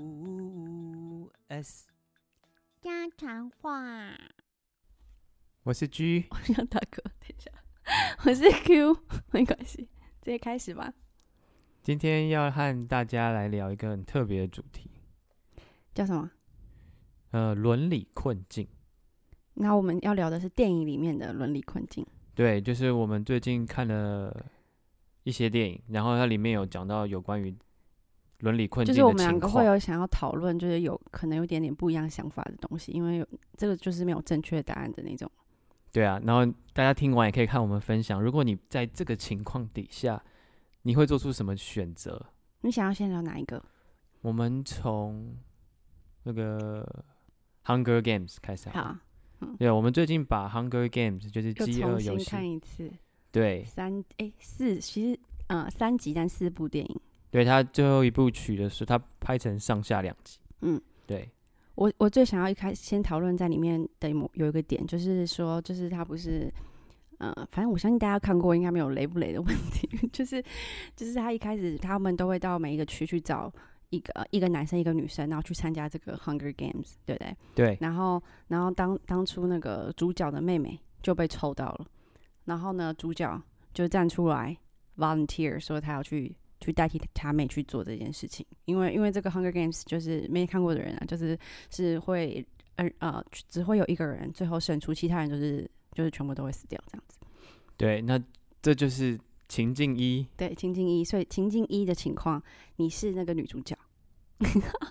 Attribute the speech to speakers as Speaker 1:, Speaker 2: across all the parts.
Speaker 1: U S
Speaker 2: 家常话。
Speaker 3: 我是 G，
Speaker 4: 我 想打嗝，等一下，我是 Q，没 关系，直接开始吧。
Speaker 3: 今天要和大家来聊一个很特别的主题，
Speaker 4: 叫什么？
Speaker 3: 呃，伦理困境。
Speaker 4: 那我们要聊的是电影里面的伦理困境。
Speaker 3: 对，就是我们最近看了一些电影，然后它里面有讲到有关于伦理困
Speaker 4: 就
Speaker 3: 境
Speaker 4: 是我
Speaker 3: 的
Speaker 4: 们
Speaker 3: 情
Speaker 4: 两个会
Speaker 3: 况。
Speaker 4: 有想要讨论，就是有可能有点点不一样想法的东西，因为有这个就是没有正确答案的那种。
Speaker 3: 对啊，然后大家听完也可以看我们分享，如果你在这个情况底下，你会做出什么选择？
Speaker 4: 你想要先聊哪一个？
Speaker 3: 我们从那个《Hunger Games》开始好了。
Speaker 4: 好，
Speaker 3: 对，我们最近把《Hunger Games》就是
Speaker 4: 又
Speaker 3: 饥饿
Speaker 4: 重
Speaker 3: 游
Speaker 4: 新
Speaker 3: 戏，
Speaker 4: 看一次
Speaker 3: 对，
Speaker 4: 三哎、四，其实呃三集但四部电影。
Speaker 3: 对他最后一部曲的是他拍成上下两集。
Speaker 4: 嗯，
Speaker 3: 对，
Speaker 4: 我我最想要一开始先讨论在里面的某有一个点，就是说，就是它不是，呃，反正我相信大家看过，应该没有雷不雷的问题。 就是就是他一开始他们都会到每一个区去找一个一个男生一个女生，然后去参加这个 Hunger Games，对不对？
Speaker 3: 对，
Speaker 4: 然后然后当当初那个主角的妹妹就被抽到了，然后呢，主角就站出来 volunteer 说他要去去代替他妹去做这件事情，因为因为这个 Hunger Games 就是没看过的人啊，就是是会呃呃只会有一个人最后胜出，其他人就是就是全部都会死掉这样子。
Speaker 3: 对，那这就是情境 一，
Speaker 4: 对，情境一，所以情境一的情况，你是那个女主角，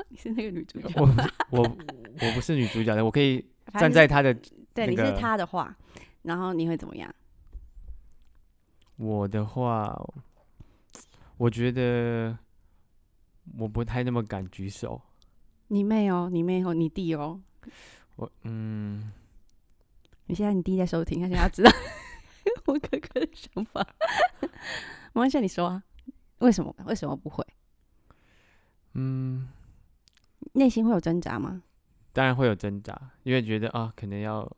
Speaker 4: 你是那个女主角，
Speaker 3: 我我我不是女主角的，我可以
Speaker 4: 反
Speaker 3: 站
Speaker 4: 正
Speaker 3: 在他的
Speaker 4: 对、
Speaker 3: 那
Speaker 4: 你
Speaker 3: 个
Speaker 4: 是他的话，然后你会怎么样？
Speaker 3: 我的话，我觉得我不太那么敢举手，
Speaker 4: 你妹哦，你妹哦，你弟哦，
Speaker 3: 我嗯，
Speaker 4: 你现在你弟在收听，他想要知道 我哥哥的想法。 没关系，你说啊，为什么为什么不会？
Speaker 3: 嗯，
Speaker 4: 内心会有挣扎吗？
Speaker 3: 当然会有挣扎，因为觉得啊，可能要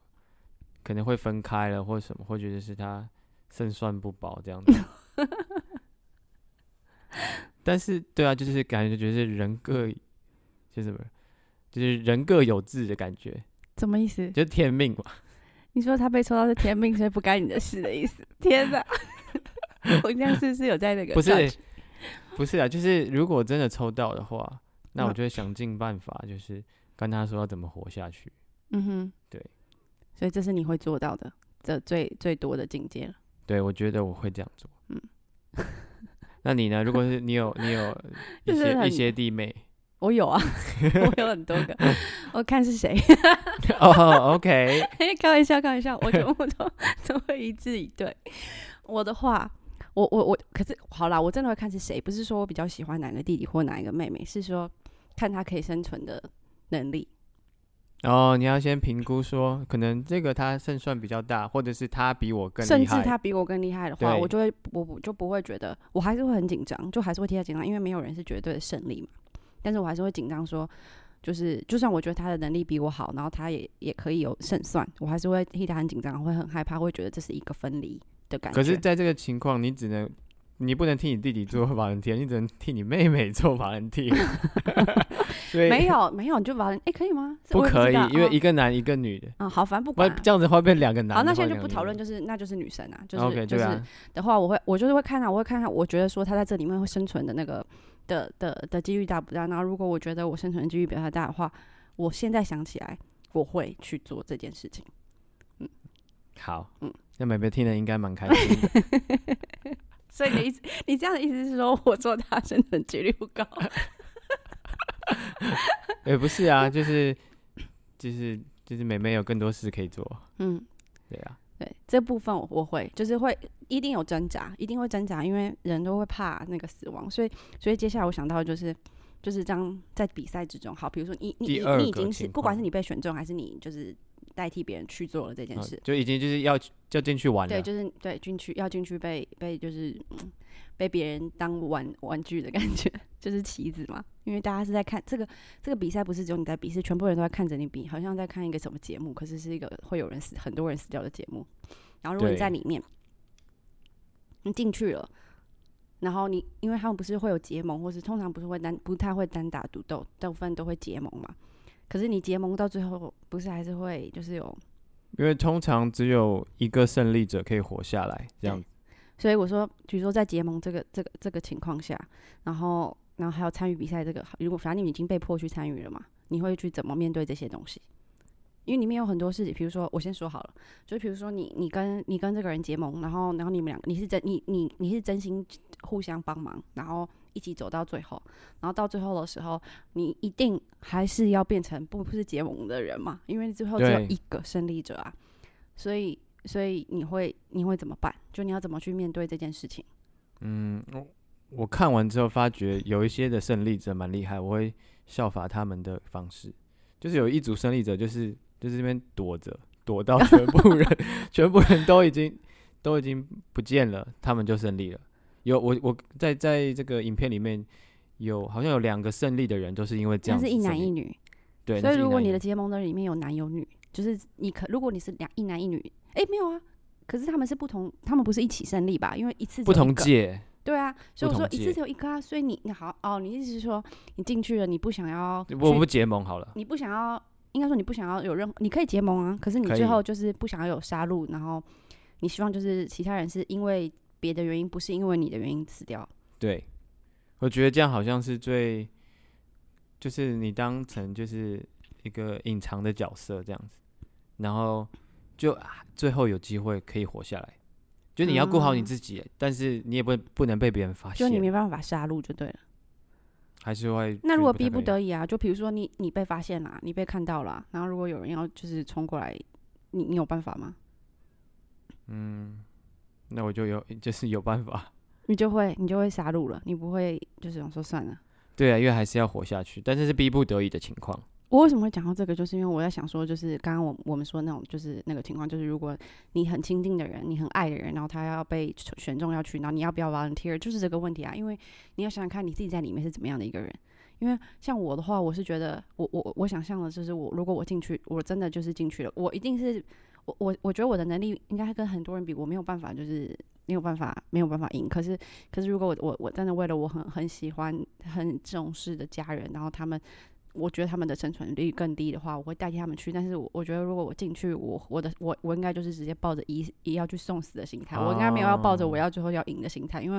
Speaker 3: 可能会分开了或什么，或觉得是他胜算不保这样子。但是，对啊，就是感觉就是人各，
Speaker 4: 嗯
Speaker 3: 就是什么，就是人各有志的感觉，
Speaker 4: 什么意思？
Speaker 3: 就是天命 嘛。
Speaker 4: 你说他被抽到是天命，所以不干你的事的意思？ 天哪！我这样是不是有在那个？
Speaker 3: 不是，不是啊，就是如果真的抽到的话，那我
Speaker 4: 嗯
Speaker 3: 就会想尽办法，就是跟他说要怎么活下去。
Speaker 4: 嗯哼，
Speaker 3: 对。
Speaker 4: 所以这是你会做到的，这最最多的境界了。
Speaker 3: 对，我觉得我会这样做。
Speaker 4: 嗯
Speaker 3: 那你呢？如果是你有你有一
Speaker 4: 就是
Speaker 3: 些一
Speaker 4: 很
Speaker 3: 些弟妹
Speaker 4: 我有啊，我有很多个， 我看是谁。
Speaker 3: 哦、o k
Speaker 4: 开玩笑，开玩笑，我就我都 都会一致以对。我的话，我我我，可是好啦，我真的会看是谁，不是说我比较喜欢哪个弟弟或哪一个妹妹，是说看他可以生存的能力。
Speaker 3: 然后哦你要先评估说，可能这个他胜算比较大，或者是他比我更
Speaker 4: 甚
Speaker 3: 厉
Speaker 4: 至
Speaker 3: 害。
Speaker 4: 他比我更厉害的话，
Speaker 3: 对
Speaker 4: 我就会我不就不会觉得，我还是会很紧张，就还是会替他紧张，因为没有人是绝对的胜利嘛。但是我还是会紧张说。就是，就算我觉得他的能力比我好，然后他也也可以有胜算，我还是会替他很紧张，会很害怕，会觉得这是一个分离的感觉。
Speaker 3: 可是，在这个情况，你只能你不能替你弟弟做法人贴，你只能替你妹妹做法人 贴。所以
Speaker 4: 没有没有，你就把人哎、可以 吗？这
Speaker 3: 不
Speaker 4: 我也
Speaker 3: 可
Speaker 4: 知
Speaker 3: 以
Speaker 4: 道，
Speaker 3: 因为
Speaker 4: 嗯
Speaker 3: 一个男一个女的，
Speaker 4: 嗯好，反正不
Speaker 3: 不
Speaker 4: 管
Speaker 3: 然
Speaker 4: 啊、
Speaker 3: 这样子会被两个男的。
Speaker 4: 好，那现
Speaker 3: 或两
Speaker 4: 在就不
Speaker 3: 个
Speaker 4: 讨
Speaker 3: 女
Speaker 4: 论，
Speaker 3: 的
Speaker 4: 就是那就是女生啊，就是
Speaker 3: OK，
Speaker 4: 就
Speaker 3: 对
Speaker 4: 是
Speaker 3: 啊，
Speaker 4: 的话，我会我就是会看啊，我会看看，我觉得说他在这里面会生存的那个的的的几率大不大？然后如果我觉得我生存的几率比较大的话，我现在想起来我会去做这件事情。
Speaker 3: 好，
Speaker 4: 嗯
Speaker 3: 那妹妹听了应该蛮开心的。
Speaker 4: 所以你的意思，你这样的意思是说我做他生存几率不高？
Speaker 3: 也不是啊，就是就是就是妹妹有更多事可以做，
Speaker 4: 嗯，
Speaker 3: 对啊，
Speaker 4: 对这部分我我会就是会一定有挣扎，一定会挣扎，因为人都会怕那个死亡，所以所以接下来我想到的就是就是这样在比赛之中，好，比如说你你
Speaker 3: 第
Speaker 4: 你
Speaker 3: 二
Speaker 4: 你已
Speaker 3: 个
Speaker 4: 经是
Speaker 3: 情
Speaker 4: 不管
Speaker 3: 况
Speaker 4: 是你被选中还是你就是代替别人去做了这件
Speaker 3: 啊
Speaker 4: 事，
Speaker 3: 就已经就是要要进去玩了
Speaker 4: 对，，就是对进去要进去被被就是、嗯被别人当玩玩具的感觉，就是棋子嘛，因为大家是在看这个这个比赛，不是只有你在比，是全部人都在看着你比，好像在看一个什么节目，可是是一个会有人死很多人死掉的节目。然后如果你
Speaker 3: 对
Speaker 4: 在里面，你进去了，然后你，因为他们不是会有结盟，或是通常不是会单不太会单打独斗，大部分都会结盟嘛。可是你结盟到最后，不是还是会就是有，
Speaker 3: 因为通常只有一个胜利者可以活下来，这样
Speaker 4: 对所以我说，比如说在结盟这个这个这个情况下，然后然后还有参与比赛这个，如果反正你已经被迫去参与了嘛，你会去怎么面对这些东西？因为里面有很多事情，比如说我先说好了，就比如说你你跟你跟这个人结盟，然后然后你们两个你是真你你你是真心互相帮忙，然后一起走到最后，然后到最后的时候，你一定还是要变成不不是结盟的人嘛，因为最后只有
Speaker 3: 对
Speaker 4: 一个胜利者啊，所以所以你会你会怎么办？就你要怎么去面对这件事情？
Speaker 3: 嗯，我我看完之后发觉有一些的胜利者蛮厉害，我会效法他们的方式，就是有一组胜利者就是就是这边躲着，躲到全部人 全部人都已经都已经不见了，他们就胜利了。有我我在在这个影片里面有好像有两个胜利的人都是因为这
Speaker 4: 它
Speaker 3: 样子
Speaker 4: 是一
Speaker 3: 胜利，
Speaker 4: 男一女，
Speaker 3: 对，
Speaker 4: 所
Speaker 3: 那
Speaker 4: 以
Speaker 3: 是一
Speaker 4: 如果
Speaker 3: 男一
Speaker 4: 你
Speaker 3: 女
Speaker 4: 的结盟的里面有男有女，就是你可如果你是两一男一女，诶，没有啊，可是他们是不同，他们不是一起胜利吧？因为一次只
Speaker 3: 不
Speaker 4: 有一
Speaker 3: 同
Speaker 4: 个，
Speaker 3: 界，
Speaker 4: 对啊，所以
Speaker 3: 不
Speaker 4: 我说
Speaker 3: 同
Speaker 4: 一
Speaker 3: 届
Speaker 4: 次只有一个啊，所以你你好哦，你意思是说你进去了，你不想要去，
Speaker 3: 我不结盟好了，
Speaker 4: 你不想要，应该说你不想要有任何，你可以结盟啊，可是你
Speaker 3: 可以
Speaker 4: 最后就是不想要有杀戮，然后你希望就是其他人是因为别的原因，不是因为你的原因死掉，
Speaker 3: 对，我觉得这样好像是最，就是你当成就是一个隐藏的角色这样子，然后就啊最后有机会可以活下来，就你要顾好你
Speaker 4: 啊
Speaker 3: 自己，但是你也不不能被别人发
Speaker 4: 就你没
Speaker 3: 现，
Speaker 4: 办法杀戮就对了。
Speaker 3: 还是会觉
Speaker 4: 那如
Speaker 3: 得
Speaker 4: 果
Speaker 3: 不太
Speaker 4: 逼不
Speaker 3: 可以
Speaker 4: 得已啊，就比如说你你被发现啦，你被看到啦，然后如果有人要就是冲过来，你你有办法吗？
Speaker 3: 嗯，那我就有就是有办法，
Speaker 4: 你就会你就会杀戮了，你不会就是想说算了。
Speaker 3: 对啊，因为还是要活下去，但是是逼不得已的情况，
Speaker 4: 我为什么会讲到这个，就是因为我在想说，就是刚刚我我们说那种就是那个情况，就是如果你很亲近的人，你很爱的人，然后他要被选选中要去，然后你要不要 volunteer，就是这个问题啊。因为你要想想看你自己在里面是怎么样的一个人。因为像我的话，我是觉得我我我想象的就是我如果我进去，我真的就是进去了，我一定是我我我觉得我的能力应该跟很多人比，我没有办法就是。没有办法，没有办法赢。可是，可是如果我我我真的为了我很很喜欢、很重视的家人，然后他们我觉得他们的生存率更低的话，我会代替他们去。但是我我觉得如果我进去，我我的我我应该就是直接抱着一一要去送死的心态，我应该没有要抱着我要最后要赢的心态，因为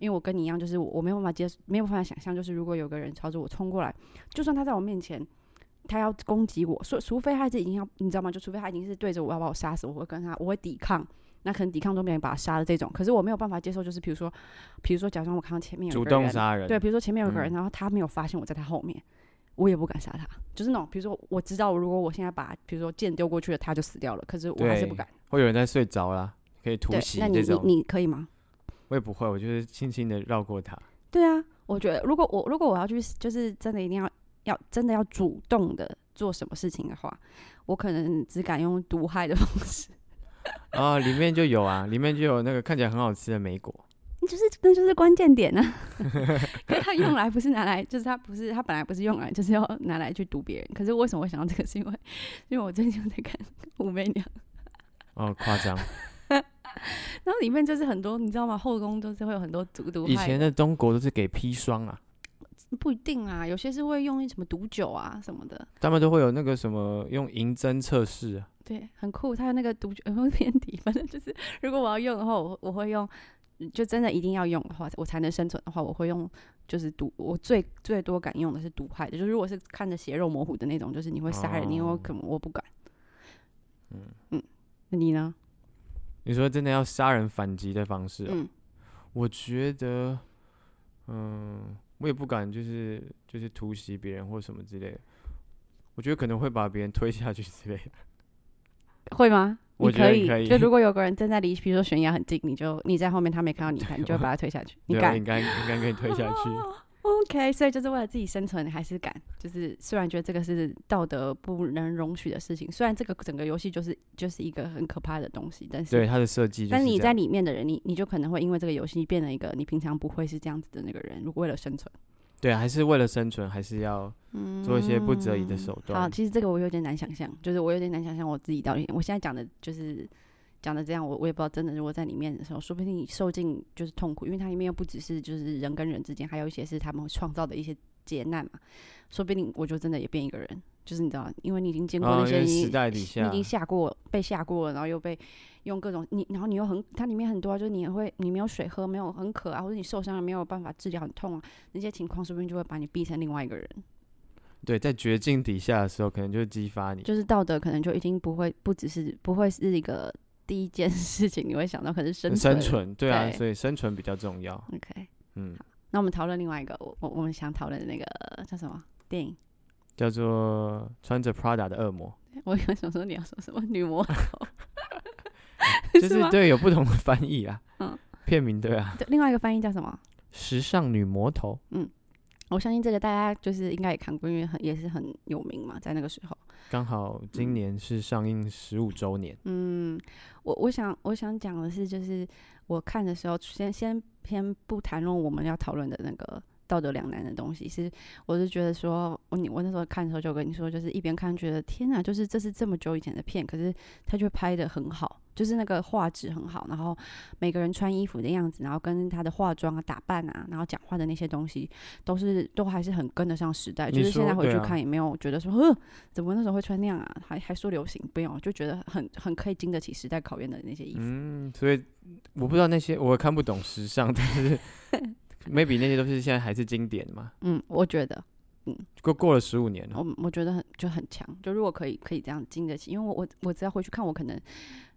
Speaker 4: 因为我跟你一样，就是我我没有办法接受，没有办法想象，就是如果有个人朝着我冲过来，就算他在我面前。他要攻击我，说除非他是已经要，你知道吗？就除非他已经是对着我要把我杀死，我会跟他，我会抵抗。那可能抵抗中别人把他杀了这种，可是我没有办法接受，就是比如说，比如说，假装我看到前面有
Speaker 3: 主
Speaker 4: 一个人
Speaker 3: 动杀人，
Speaker 4: 对，比如说前面有个人，
Speaker 3: 嗯
Speaker 4: 然后他没有发现我在他后面，我也不敢杀他。就是那种，比如说我知道，如果我现在把比如说箭丢过去了，他就死掉了，可是我还是不
Speaker 3: 对
Speaker 4: 敢。
Speaker 3: 会有人在睡着啦，可以突
Speaker 4: 对，
Speaker 3: 袭
Speaker 4: 那你
Speaker 3: 这
Speaker 4: 你
Speaker 3: 种，
Speaker 4: 你可以吗？
Speaker 3: 我也不会，我就是轻轻的绕过他。
Speaker 4: 对啊，我觉得如果我如果我要去，就是真的一定要要真的要主动的做什么事情的话，我可能只敢用毒害的方式。
Speaker 3: 啊，里面就有啊，里面就有那个看起来很好吃的梅果。
Speaker 4: 就是那就是关键 点啊！可是他用来不是拿来，就是他不是他本来不是用来就是要拿来去毒别人。可是为什么会想到这个？是 因为因为我最近在看《武媚娘》。
Speaker 3: 哦，夸 张！
Speaker 4: 然后里面就是很多，你知道吗？后宫都是会有很多毒毒
Speaker 3: 以
Speaker 4: 害
Speaker 3: 前
Speaker 4: 的，
Speaker 3: 的中国都是给砒霜啊，
Speaker 4: 不一定啊，有些是会用什么毒酒啊什么的。
Speaker 3: 他们都会有那个什么用银针测试啊。
Speaker 4: 对，很酷。它有那个毒酒呃偏题，反正就是如果我要用的话，我我会用，嗯就真的一定要用的话，我才能生存的话，我会用就是毒，我最最多敢用的是毒害的，就是如果是看着血肉模糊的那种，就是你会杀人，你有
Speaker 3: 哦
Speaker 4: 可能我不敢。
Speaker 3: 嗯
Speaker 4: 嗯，那你呢？
Speaker 3: 你说真的要杀人反击的方式、啊，
Speaker 4: 嗯，
Speaker 3: 我觉得，嗯，我也不敢就是就是突袭别人或什么之类的。我觉得可能会把别人推下去之类的。
Speaker 4: 会吗？
Speaker 3: 我
Speaker 4: 你
Speaker 3: 觉得
Speaker 4: 可以，
Speaker 3: 可以
Speaker 4: 就如果有个人正在离，比如说悬崖很近，你就你在后面，他没 看到你，他你就会把他推下去。你
Speaker 3: 对，啊
Speaker 4: 敢
Speaker 3: 我？应该应该可以推下去。
Speaker 4: OK，所以就是为了自己生存，你还是敢，就是虽然觉得这个是道德不能容许的事情，虽然这个整个游戏就是就是一个很可怕的东西，但
Speaker 3: 对，
Speaker 4: 是
Speaker 3: 它的设计就是这
Speaker 4: 但
Speaker 3: 样。
Speaker 4: 是你在里面的人，你你就可能会因为这个游戏变成一个你平常不会是这样子的那个人。如果为了生存，
Speaker 3: 对，啊还是为了生存，还是要
Speaker 4: 嗯
Speaker 3: 做一些不择已的手段
Speaker 4: 好，其实这个我有点难想象，就是我有点难想象我自己到底，我现在讲的就是讲的这样，我我也不知道真的，如果在里面的时候，说不定你受尽就是痛苦，因为它里面又不只是就是人跟人之间，还有一些是他们创造的一些劫难嘛，说不定我就真的也变一个人，就是你知道，因为你已经经过
Speaker 3: 哦
Speaker 4: 那
Speaker 3: 因
Speaker 4: 些
Speaker 3: 为
Speaker 4: 你、
Speaker 3: 时代底
Speaker 4: 你
Speaker 3: 下
Speaker 4: 已经下过被下过了，然后又被用各种你，然后你又很它里面很多、啊，就是你也会你没有水喝，没有很渴啊，或者你受伤了没有办法治疗，很痛啊，那些情况说不定就会把你逼成另外一个人，
Speaker 3: 对，在绝境底下的时候，可能就会激发你。
Speaker 4: 就是道德可能就已经不会不只是不会是一个第一件 事情你会想到，可能是生
Speaker 3: 生存，对啊，
Speaker 4: 对
Speaker 3: 所以生存比较重要。
Speaker 4: OK，
Speaker 3: 嗯，
Speaker 4: 那我们讨论另外一个，我我我们想讨论的那个叫什么电影？
Speaker 3: 叫做穿着 Prada 的恶魔，
Speaker 4: 我有想说你要说什么 女魔头，
Speaker 3: 就是是
Speaker 4: 吗
Speaker 3: 对有不同的 翻译啊。
Speaker 4: 嗯
Speaker 3: 片名对啊，
Speaker 4: 对，另外一个翻译叫什么？
Speaker 3: 时尚女魔头。
Speaker 4: 我相信这个大家就是应该也看过，因为很也是很有名嘛，在那个时候。
Speaker 3: 刚好今年是上映十五周年，
Speaker 4: 嗯，我我想我想讲的是，就是我看的时候，先先先不谈论我们要讨论的那个道德两难的东西，是我是觉得说，我你我那时候看的时候就跟你说，就是一边看觉得天哪，就是这是这么久以前的片，可是他却拍的很好，就是那个画质很好，然后每个人穿衣服的样子，然后跟他的化妆啊、打扮啊，然后讲话的那些东西，都是都还是很跟得上时代，就
Speaker 3: 你
Speaker 4: 是现
Speaker 3: 说
Speaker 4: 在回
Speaker 3: 对
Speaker 4: 去
Speaker 3: 啊
Speaker 4: 看也没有觉得说， 呵，怎么那时候会穿那样啊？还还说流行，不用，就觉得很很可以经得起时代考验的那些衣服。
Speaker 3: 嗯，所以我不知道那些我也看不懂时尚，但是 maybe 那些都是现在还是经典嘛。
Speaker 4: 嗯，我觉得
Speaker 3: 过过了十五年了，
Speaker 4: 我我觉得很就很强，就如果可以可以这样经得起，因为我我我只要回去看，我可能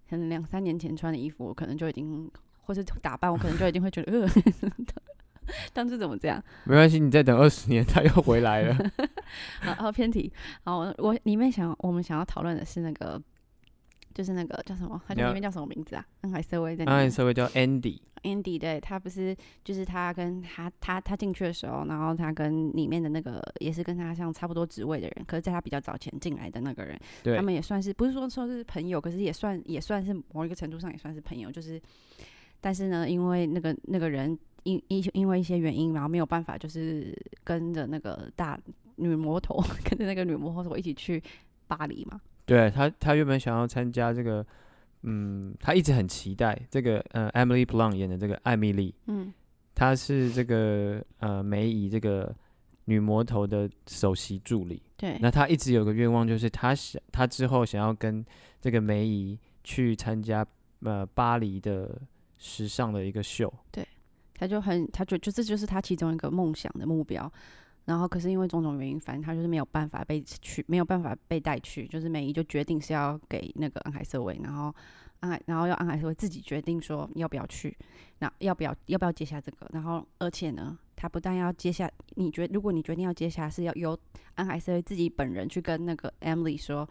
Speaker 4: 可能两三年前穿的衣服，我可能就已经或是打扮，我可能就已经会觉得，呃， 当初怎么这样？
Speaker 3: 没关系，你再等二十年，他又回来 了。
Speaker 4: 好，好偏题。好，我我里面想我们想要讨论的是那个，就是那个叫什么？他
Speaker 3: 你
Speaker 4: 里
Speaker 3: 要
Speaker 4: 面叫什么名字啊？恩海瑟薇在里
Speaker 3: 刚才
Speaker 4: 面。
Speaker 3: 社会叫 Andy，
Speaker 4: Andy 对他不是就是他跟他他他进去的时候，然后他跟里面的那个也是跟他像差不多职位的人，可是在他比较早前进来的那个人，
Speaker 3: 对
Speaker 4: 他，们也算是不是说说是朋友，可是也算也算是某一个程度上也算是朋友，就是，但是呢，因为那个那个人因因因为一些原因，然后没有办法就是跟着那个大女魔头， 跟着那个女魔头一起去巴黎嘛，
Speaker 3: 对他他原本想要参加这个，嗯，他一直很期待这个呃 Emily Blunt 演的这个艾米丽，
Speaker 4: 嗯，
Speaker 3: 她是这个呃梅姨这个女魔头的首席助理。
Speaker 4: 对，
Speaker 3: 那他一直有个愿望，就是他想他之后想要跟这个梅姨去参加呃巴黎的时尚的一个秀，
Speaker 4: 他就很，他就就这就是他其中一个梦想的目标。然后可是因为种种原因，反正他就是没有办法被去，没有办法被带去。就是美姨就决定是要给那个安海瑟薇，然后安海，然后要安海瑟薇自己决定说要不要去，那要不要要不要接下这个。然后而且呢，他不但要接下，你决如果你决定要接下，是要由安海瑟薇自己本人去跟那个 Emily 说，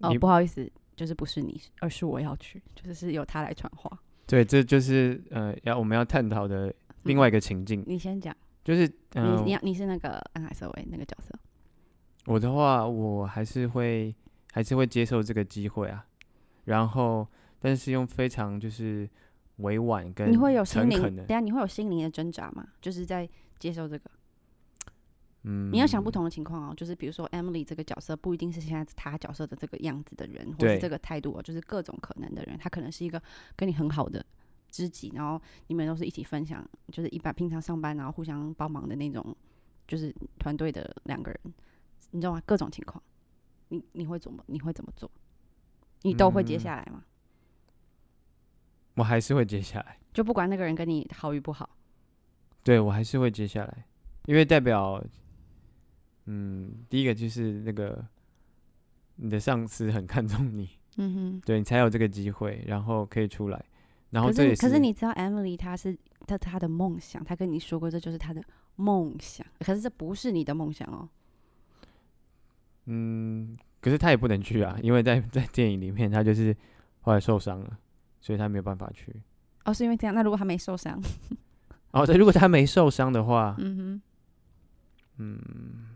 Speaker 4: 哦
Speaker 3: 你
Speaker 4: 不好意思，就是不是你，而是我要去，就是是由他来传话。
Speaker 3: 对，这就是呃要我们要探讨的另外一个情境，
Speaker 4: 嗯你先讲。
Speaker 3: 就是嗯、
Speaker 4: 你你要你是那个安海瑟薇那个角色，
Speaker 3: 我的话，我还是会还是会接受这个机会啊，然后但是用非常就是委婉跟
Speaker 4: 你会有心
Speaker 3: 诚
Speaker 4: 灵，
Speaker 3: 恳
Speaker 4: 等
Speaker 3: 的，
Speaker 4: 一下你会有心灵的挣扎吗？就是在接受这个，
Speaker 3: 嗯，
Speaker 4: 你要想不同的情况哦，就是比如说 Emily 这个角色不一定是现在她角色的这个样子的人，或是
Speaker 3: 对
Speaker 4: 这个态度哦，就是各种可能的人，她可能是一个跟你很好的知己，然后你们都是一起分享，就是一般平常上班然后互相帮忙的那种，就是团队的两个人，你知道吗？各种情况，你你会怎么你会怎么做？你都会接
Speaker 3: 嗯
Speaker 4: 下来吗？
Speaker 3: 我还是会接下来，
Speaker 4: 就不管那个人跟你好与不好。
Speaker 3: 对我还是会接下来，因为代表，嗯，第一个就是那个你的上司很看重你，
Speaker 4: 嗯哼，
Speaker 3: 对你才有这个机会，然后可以出来，然后
Speaker 4: 可
Speaker 3: 这也
Speaker 4: 是可是你知道 Emily 她是她她的梦想，她跟你说过这就是她的梦想，可是这不是你的梦想哦。
Speaker 3: 嗯，可是他也不能去啊，因为在在电影里面他就是后来受伤了，所以他没有办法去。
Speaker 4: 哦，是因为这样。那如果她没受
Speaker 3: 啊
Speaker 4: 伤，
Speaker 3: 哦，对，如果他没受伤的话，
Speaker 4: 嗯哼，
Speaker 3: 嗯，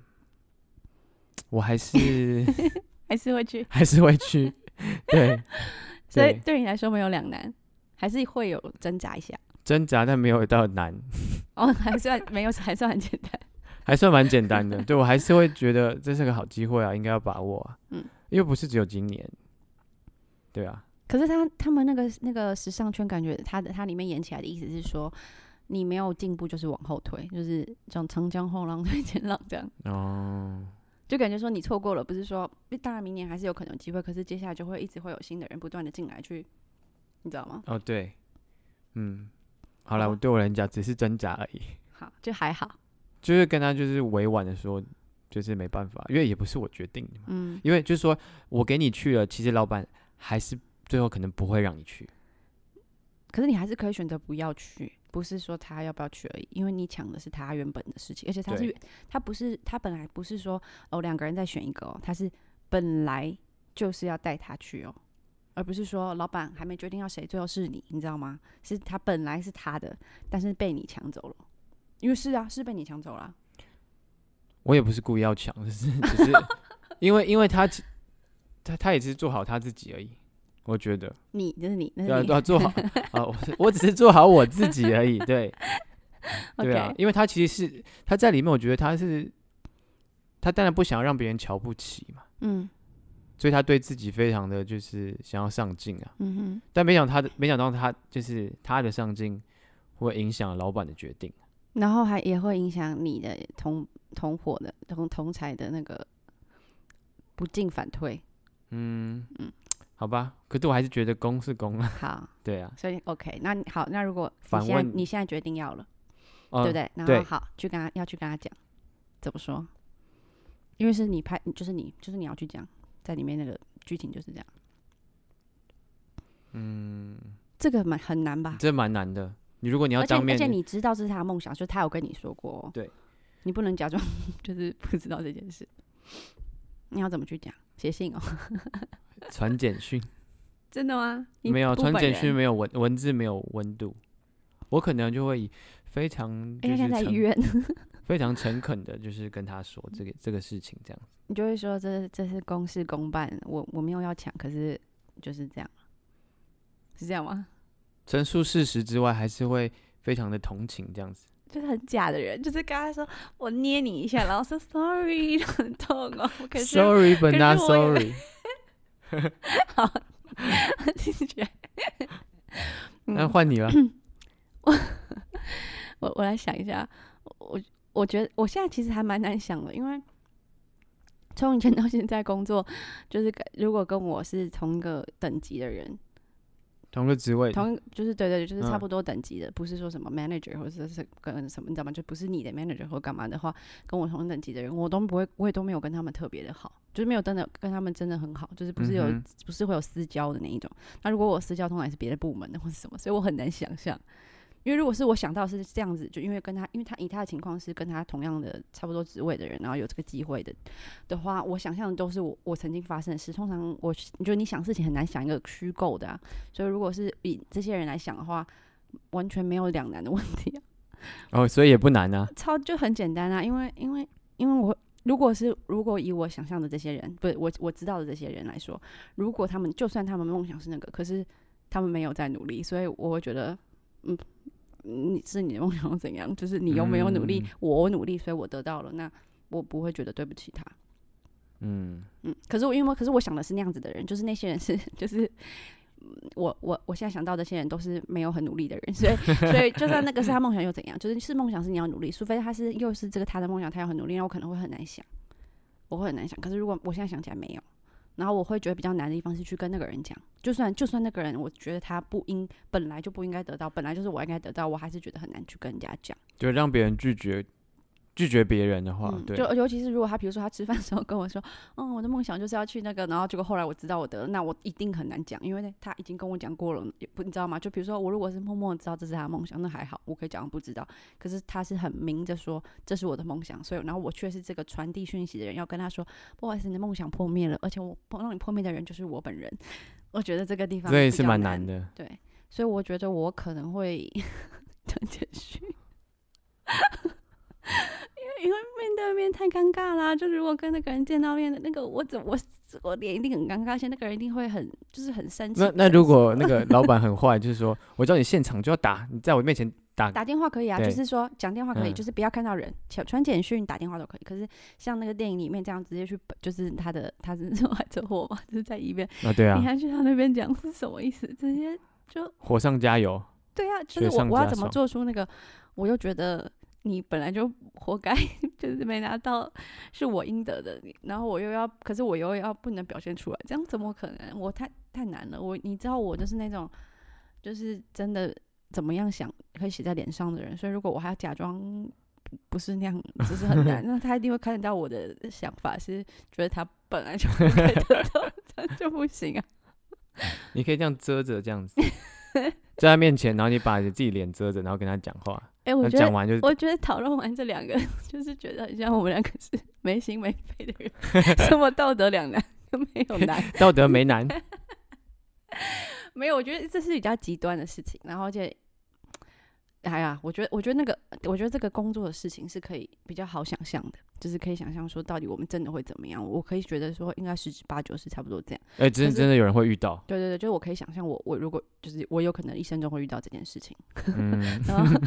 Speaker 3: 我还是
Speaker 4: 还是会去。
Speaker 3: 还是会去，对，
Speaker 4: 所以
Speaker 3: 对
Speaker 4: 对你来说没有两难，还是会有挣扎一下。
Speaker 3: 挣扎但没有到难，
Speaker 4: 哦，还算没有，还算很简单。
Speaker 3: 还算蛮简单的。对我还是会觉得这是个好机会啊，应该要把握啊。
Speaker 4: 嗯，
Speaker 3: 又不是只有今年，对啊，
Speaker 4: 可是他他们那个那个时尚圈，感觉他的他里面演起来的意思是说，你没有进步就是往后退，就是像长江后浪推前浪这样，
Speaker 3: 哦，
Speaker 4: 就感觉说你错过了，不是说当然明年还是有可能有机会，可是接下来就会一直会有新的人不断的进来去，你知道吗？
Speaker 3: 哦，对，嗯，好了，
Speaker 4: 好吧
Speaker 3: 我对我来讲只是挣扎而已，
Speaker 4: 好，就还好，
Speaker 3: 就是跟他就是委婉的说，就是没办法，因为也不是我决定的嘛，
Speaker 4: 嗯，
Speaker 3: 因为就是说我给你去了，其实老板还是最后可能不会让你去，
Speaker 4: 可是你还是可以选择不要去，不是说他要不要去而已，因为你抢的是他原本的事情，而且他是
Speaker 3: 对
Speaker 4: 他不是他本来不是说哦两个人再选一个哦，他是本来就是要带他去哦，而不是说老板还没决定要谁，最后是你，你知道吗？是他本来是他的，但是被你抢走了，因为是啊，是被你抢走了啊，
Speaker 3: 我也不是故意要抢，只是只 是因为因为他其他他也只是做好他自己而已，我觉得
Speaker 4: 你那是你那
Speaker 3: 对 啊
Speaker 4: 是你
Speaker 3: 对啊，做好啊，我是我只是做好我自己而已， 对对啊
Speaker 4: OK，
Speaker 3: 因为他其实是他在里面，我觉得他是他当然不想要让别人瞧不起嘛，
Speaker 4: 嗯
Speaker 3: 所以他对自己非常的就是想要上进啊，
Speaker 4: 嗯哼，
Speaker 3: 但没想他的没想到他就是他的上进会影响老板的决定，
Speaker 4: 然后还也会影响你的同同伙的同同才的那个不进反退。
Speaker 3: 嗯
Speaker 4: 嗯
Speaker 3: 好吧，可是我还是觉得公是公啊，
Speaker 4: 好，
Speaker 3: 对啊，
Speaker 4: 所以 OK，那你好，那如果你
Speaker 3: 反
Speaker 4: 现在
Speaker 3: 问
Speaker 4: 你现在决定要了，
Speaker 3: 哦
Speaker 4: 对不对？然
Speaker 3: 对
Speaker 4: 后好，去跟他要去跟他讲，怎么说？因为是你拍，就是你就是你要去讲，在里面那个剧情就是这样。
Speaker 3: 嗯。
Speaker 4: 这个蛮很难吧？
Speaker 3: 这蛮难的。你如果你要
Speaker 4: 而且
Speaker 3: 当面，
Speaker 4: 而且你知道这是他的梦想，就是他有跟你说过、哦，
Speaker 3: 对，
Speaker 4: 你不能假装 就是不知道这件事。你要怎么去讲？写信哦，
Speaker 3: 传简讯，
Speaker 4: 真的吗？ 你
Speaker 3: 没有
Speaker 4: 不
Speaker 3: 传
Speaker 4: 本
Speaker 3: 简
Speaker 4: 人
Speaker 3: 讯，没有文文字没有温度，我可能就会以非常就
Speaker 4: 哎，他
Speaker 3: 是
Speaker 4: 现在在医
Speaker 3: 诚
Speaker 4: 院，
Speaker 3: 非常诚恳的，就是跟他说这个这个事情这样。
Speaker 4: 你就会说这这是公事公办，我我没有要抢，可是就是这样，是这样吗？
Speaker 3: 陈述事实之外，还是会非常的同情这样子。
Speaker 4: 就是很假的人，就是刚才说我捏你一下，然后说 sorry，很 痛哦。可是
Speaker 3: Sorry, but
Speaker 4: 可是
Speaker 3: not
Speaker 4: 我以
Speaker 3: sorry。
Speaker 4: 好， 听起来 嗯
Speaker 3: 那换你了，
Speaker 4: 我我来想一下，我我觉得我现在其实还蛮难想的，因为从以前到现在工作，就是跟如果跟我是同一个等级的人，
Speaker 3: 同个职位的，
Speaker 4: 同一就是对对，对就是差
Speaker 3: 嗯
Speaker 4: 不多等级的，不是说什么 manager 或者是跟什么，你知道吗？就不是你的 manager 或干嘛的话，跟我同等级的人，我都不会，我也都没有跟他们特别的好，就是没有真的跟他们真的很好，就是不是有、
Speaker 3: 嗯哼
Speaker 4: 不是会有私交的那一种。那如果我私交，通常也是别的部门的或者什么，所以我很难想象。因为如果是我想到是这样子，就因为跟他，因为他以他的情况是跟他同样的差不多职位的人，然后有这个机会的的话，我想象的都是我我曾经发生的事。通常我就你想事情很难想一个虚构的啊，所以如果是以这些人来想的话，完全没有两难的问题啊，
Speaker 3: 哦，所以也不难啊。
Speaker 4: 超就很简单啊，因为因为因为我如果是如果以我想象的这些人，不是我我知道的这些人来说，如果他们就算他们梦想是那个，可是他们没有在努力，所以我会觉得，嗯，你是你的梦想又怎样？就是你有没有努力？
Speaker 3: 嗯
Speaker 4: 我努力，所以我得到了，那我不会觉得对不起他。
Speaker 3: 嗯，
Speaker 4: 嗯，可是我因为可是我想的是那样子的人，就是那些人是 就是。嗯我我我现在想到的这些人都是没有很努力的人，所 以所以就算那个是他梦想又怎样？就是是梦想是你要努力，除非他是又是这个他的梦想，他要很努力，那我可能会很难想，我会很难想。可是如果我现在想起来没有，然后我会觉得比较难的地方是去跟那个人讲，就算就算那个人我觉得他不应本来就不应该得到，本来就是我应该得到，我还是觉得很难去跟人家讲。
Speaker 3: 就让别人拒绝拒绝别人的话，
Speaker 4: 嗯，
Speaker 3: 对，
Speaker 4: 就尤其是如果他比如说他吃饭的时候跟我说，嗯，我的梦想就是要去那个，然后结果后来我知道我得了，那我一定很难讲，因为他已经跟我讲过了，也不你知道吗？就比如说我如果是默默地知道这是他的梦想，那还好，我可以假装不知道。可是他是很明着说这是我的梦想，所以然后我却是这个传递讯息的人，要跟他说，不好意思，你的梦想破灭了，而且我碰让你破灭的人就是我本人。 我觉得这个地方
Speaker 3: 这也
Speaker 4: 比
Speaker 3: 是
Speaker 4: 较
Speaker 3: 蛮
Speaker 4: 难
Speaker 3: 难，的。
Speaker 4: 对，所以我觉得我可能会 传简讯， 因为因为面对面太尴尬啦。就如果跟那个人见到面的那个，我怎我我脸一定很尴尬，而且那个人一定会很就是很生气。
Speaker 3: 那那如果那个老板很坏，就是说我叫你现场就要打，你在我面前打
Speaker 4: 打电话可以啊，
Speaker 3: 对
Speaker 4: 就是说讲电话可以，
Speaker 3: 嗯
Speaker 4: 就是不要看到人，传传简讯、打电话都可以。可是像那个电影里面这样直接去，就是他的他是 受害车祸嘛，就是在医院，
Speaker 3: 啊，对啊
Speaker 4: 你，还去他那边讲是什么意思？直接
Speaker 3: 火上加油，
Speaker 4: 对啊，就
Speaker 3: 雪
Speaker 4: 是我
Speaker 3: 上
Speaker 4: 我要
Speaker 3: 加
Speaker 4: 怎么
Speaker 3: 霜
Speaker 4: 做出那个？我又觉得你本来就活该， 就是没拿到是我应得的，然后我又要，可是我又要不能表现出来，这样怎么可能？我太太难了，我你知道我就是那种，就是真的怎么样想会写在脸上的人，所以如果我还要假装不不是那样，就是 很难。那他一定会看得到我的想法，是觉得他本来就不该得到， 这样就不行啊。
Speaker 3: 你可以这样遮着这样子，在他面前，然后你把你自己脸遮着，然后跟他讲话，
Speaker 4: 哎、我
Speaker 3: 那
Speaker 4: 觉得
Speaker 3: 讲完就是
Speaker 4: 我觉得讨论完这两个， 就是觉得很像我们两个是没心没肺的人， 什么道德两难都没有难，
Speaker 3: 道德没 难，
Speaker 4: 没有。我觉得这是比较极端的事情，然后而且，哎呀，我觉得，我觉得那个，我觉得这个工作的事情是可以比较好想象的，就是可以想象说到底我们真的会怎么样。我可以觉得说应该十之八九是差不多这样。
Speaker 3: 哎，真
Speaker 4: 可是
Speaker 3: 真的有人会遇 到，
Speaker 4: 对对对，就是我可以想象我我如果就是我有可能一生中会遇到这件事情。，
Speaker 3: 嗯
Speaker 4: 然后，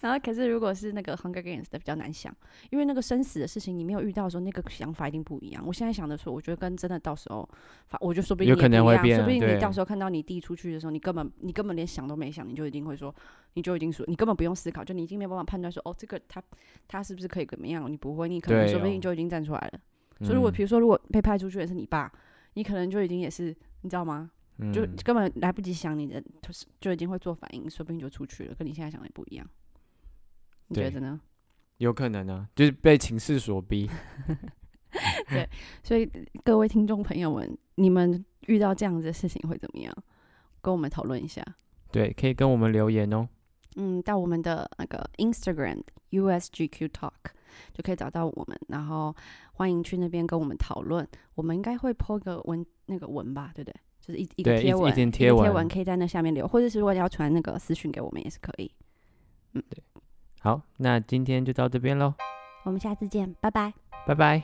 Speaker 4: 然后可是如果是那个 Hunger Games 的比较难想，因为那个生死的事情你没有遇到的时候，那个想法一定不一样。我现在想的说，我觉得跟真的到时候，反我就说不定
Speaker 3: 有
Speaker 4: 你也
Speaker 3: 可能
Speaker 4: 不
Speaker 3: 会
Speaker 4: 一样
Speaker 3: 变
Speaker 4: 说不定
Speaker 3: 对
Speaker 4: 你到时候看到你弟出去的时候，你根本你根本连想都没想，你就一定会说，你就已经说，你根本不用思考，就你已经没有办法判断说，哦，这个他他是不是可以怎么样？你不会，你可能
Speaker 3: 对
Speaker 4: 说不定
Speaker 3: 哦嗯
Speaker 4: 就已经站出来了。所以如果比如说如果被派出去的是你爸，你可能就已经也是你知道吗？
Speaker 3: 嗯
Speaker 4: 就
Speaker 3: 嗯
Speaker 4: 根本来不及想你的，就是就已经会做反应，说不定就出去了，跟你现在想的不一样。你觉
Speaker 3: 对
Speaker 4: 得呢？
Speaker 3: 有可能啊，就是被情势所逼，
Speaker 4: 所以各位听众朋友们，你们遇到这样子的事情会怎么样？跟我们讨论一下。
Speaker 3: 对，可以跟我们留言哦，
Speaker 4: 嗯，到我们的那个 Instagram USGQ Talk 就可以找到我们，然后欢迎去那边跟我们讨论。我们应该会 po 个文那个文吧，对不对？就是一一个
Speaker 3: 对一
Speaker 4: 贴文，
Speaker 3: 一篇贴
Speaker 4: 贴
Speaker 3: 文
Speaker 4: 可以在那下面留，或者是如果你要传那个私讯给我们也是可以。
Speaker 3: 好，那今天就到这边喽，
Speaker 2: 我们下次见，拜拜。
Speaker 3: 拜拜。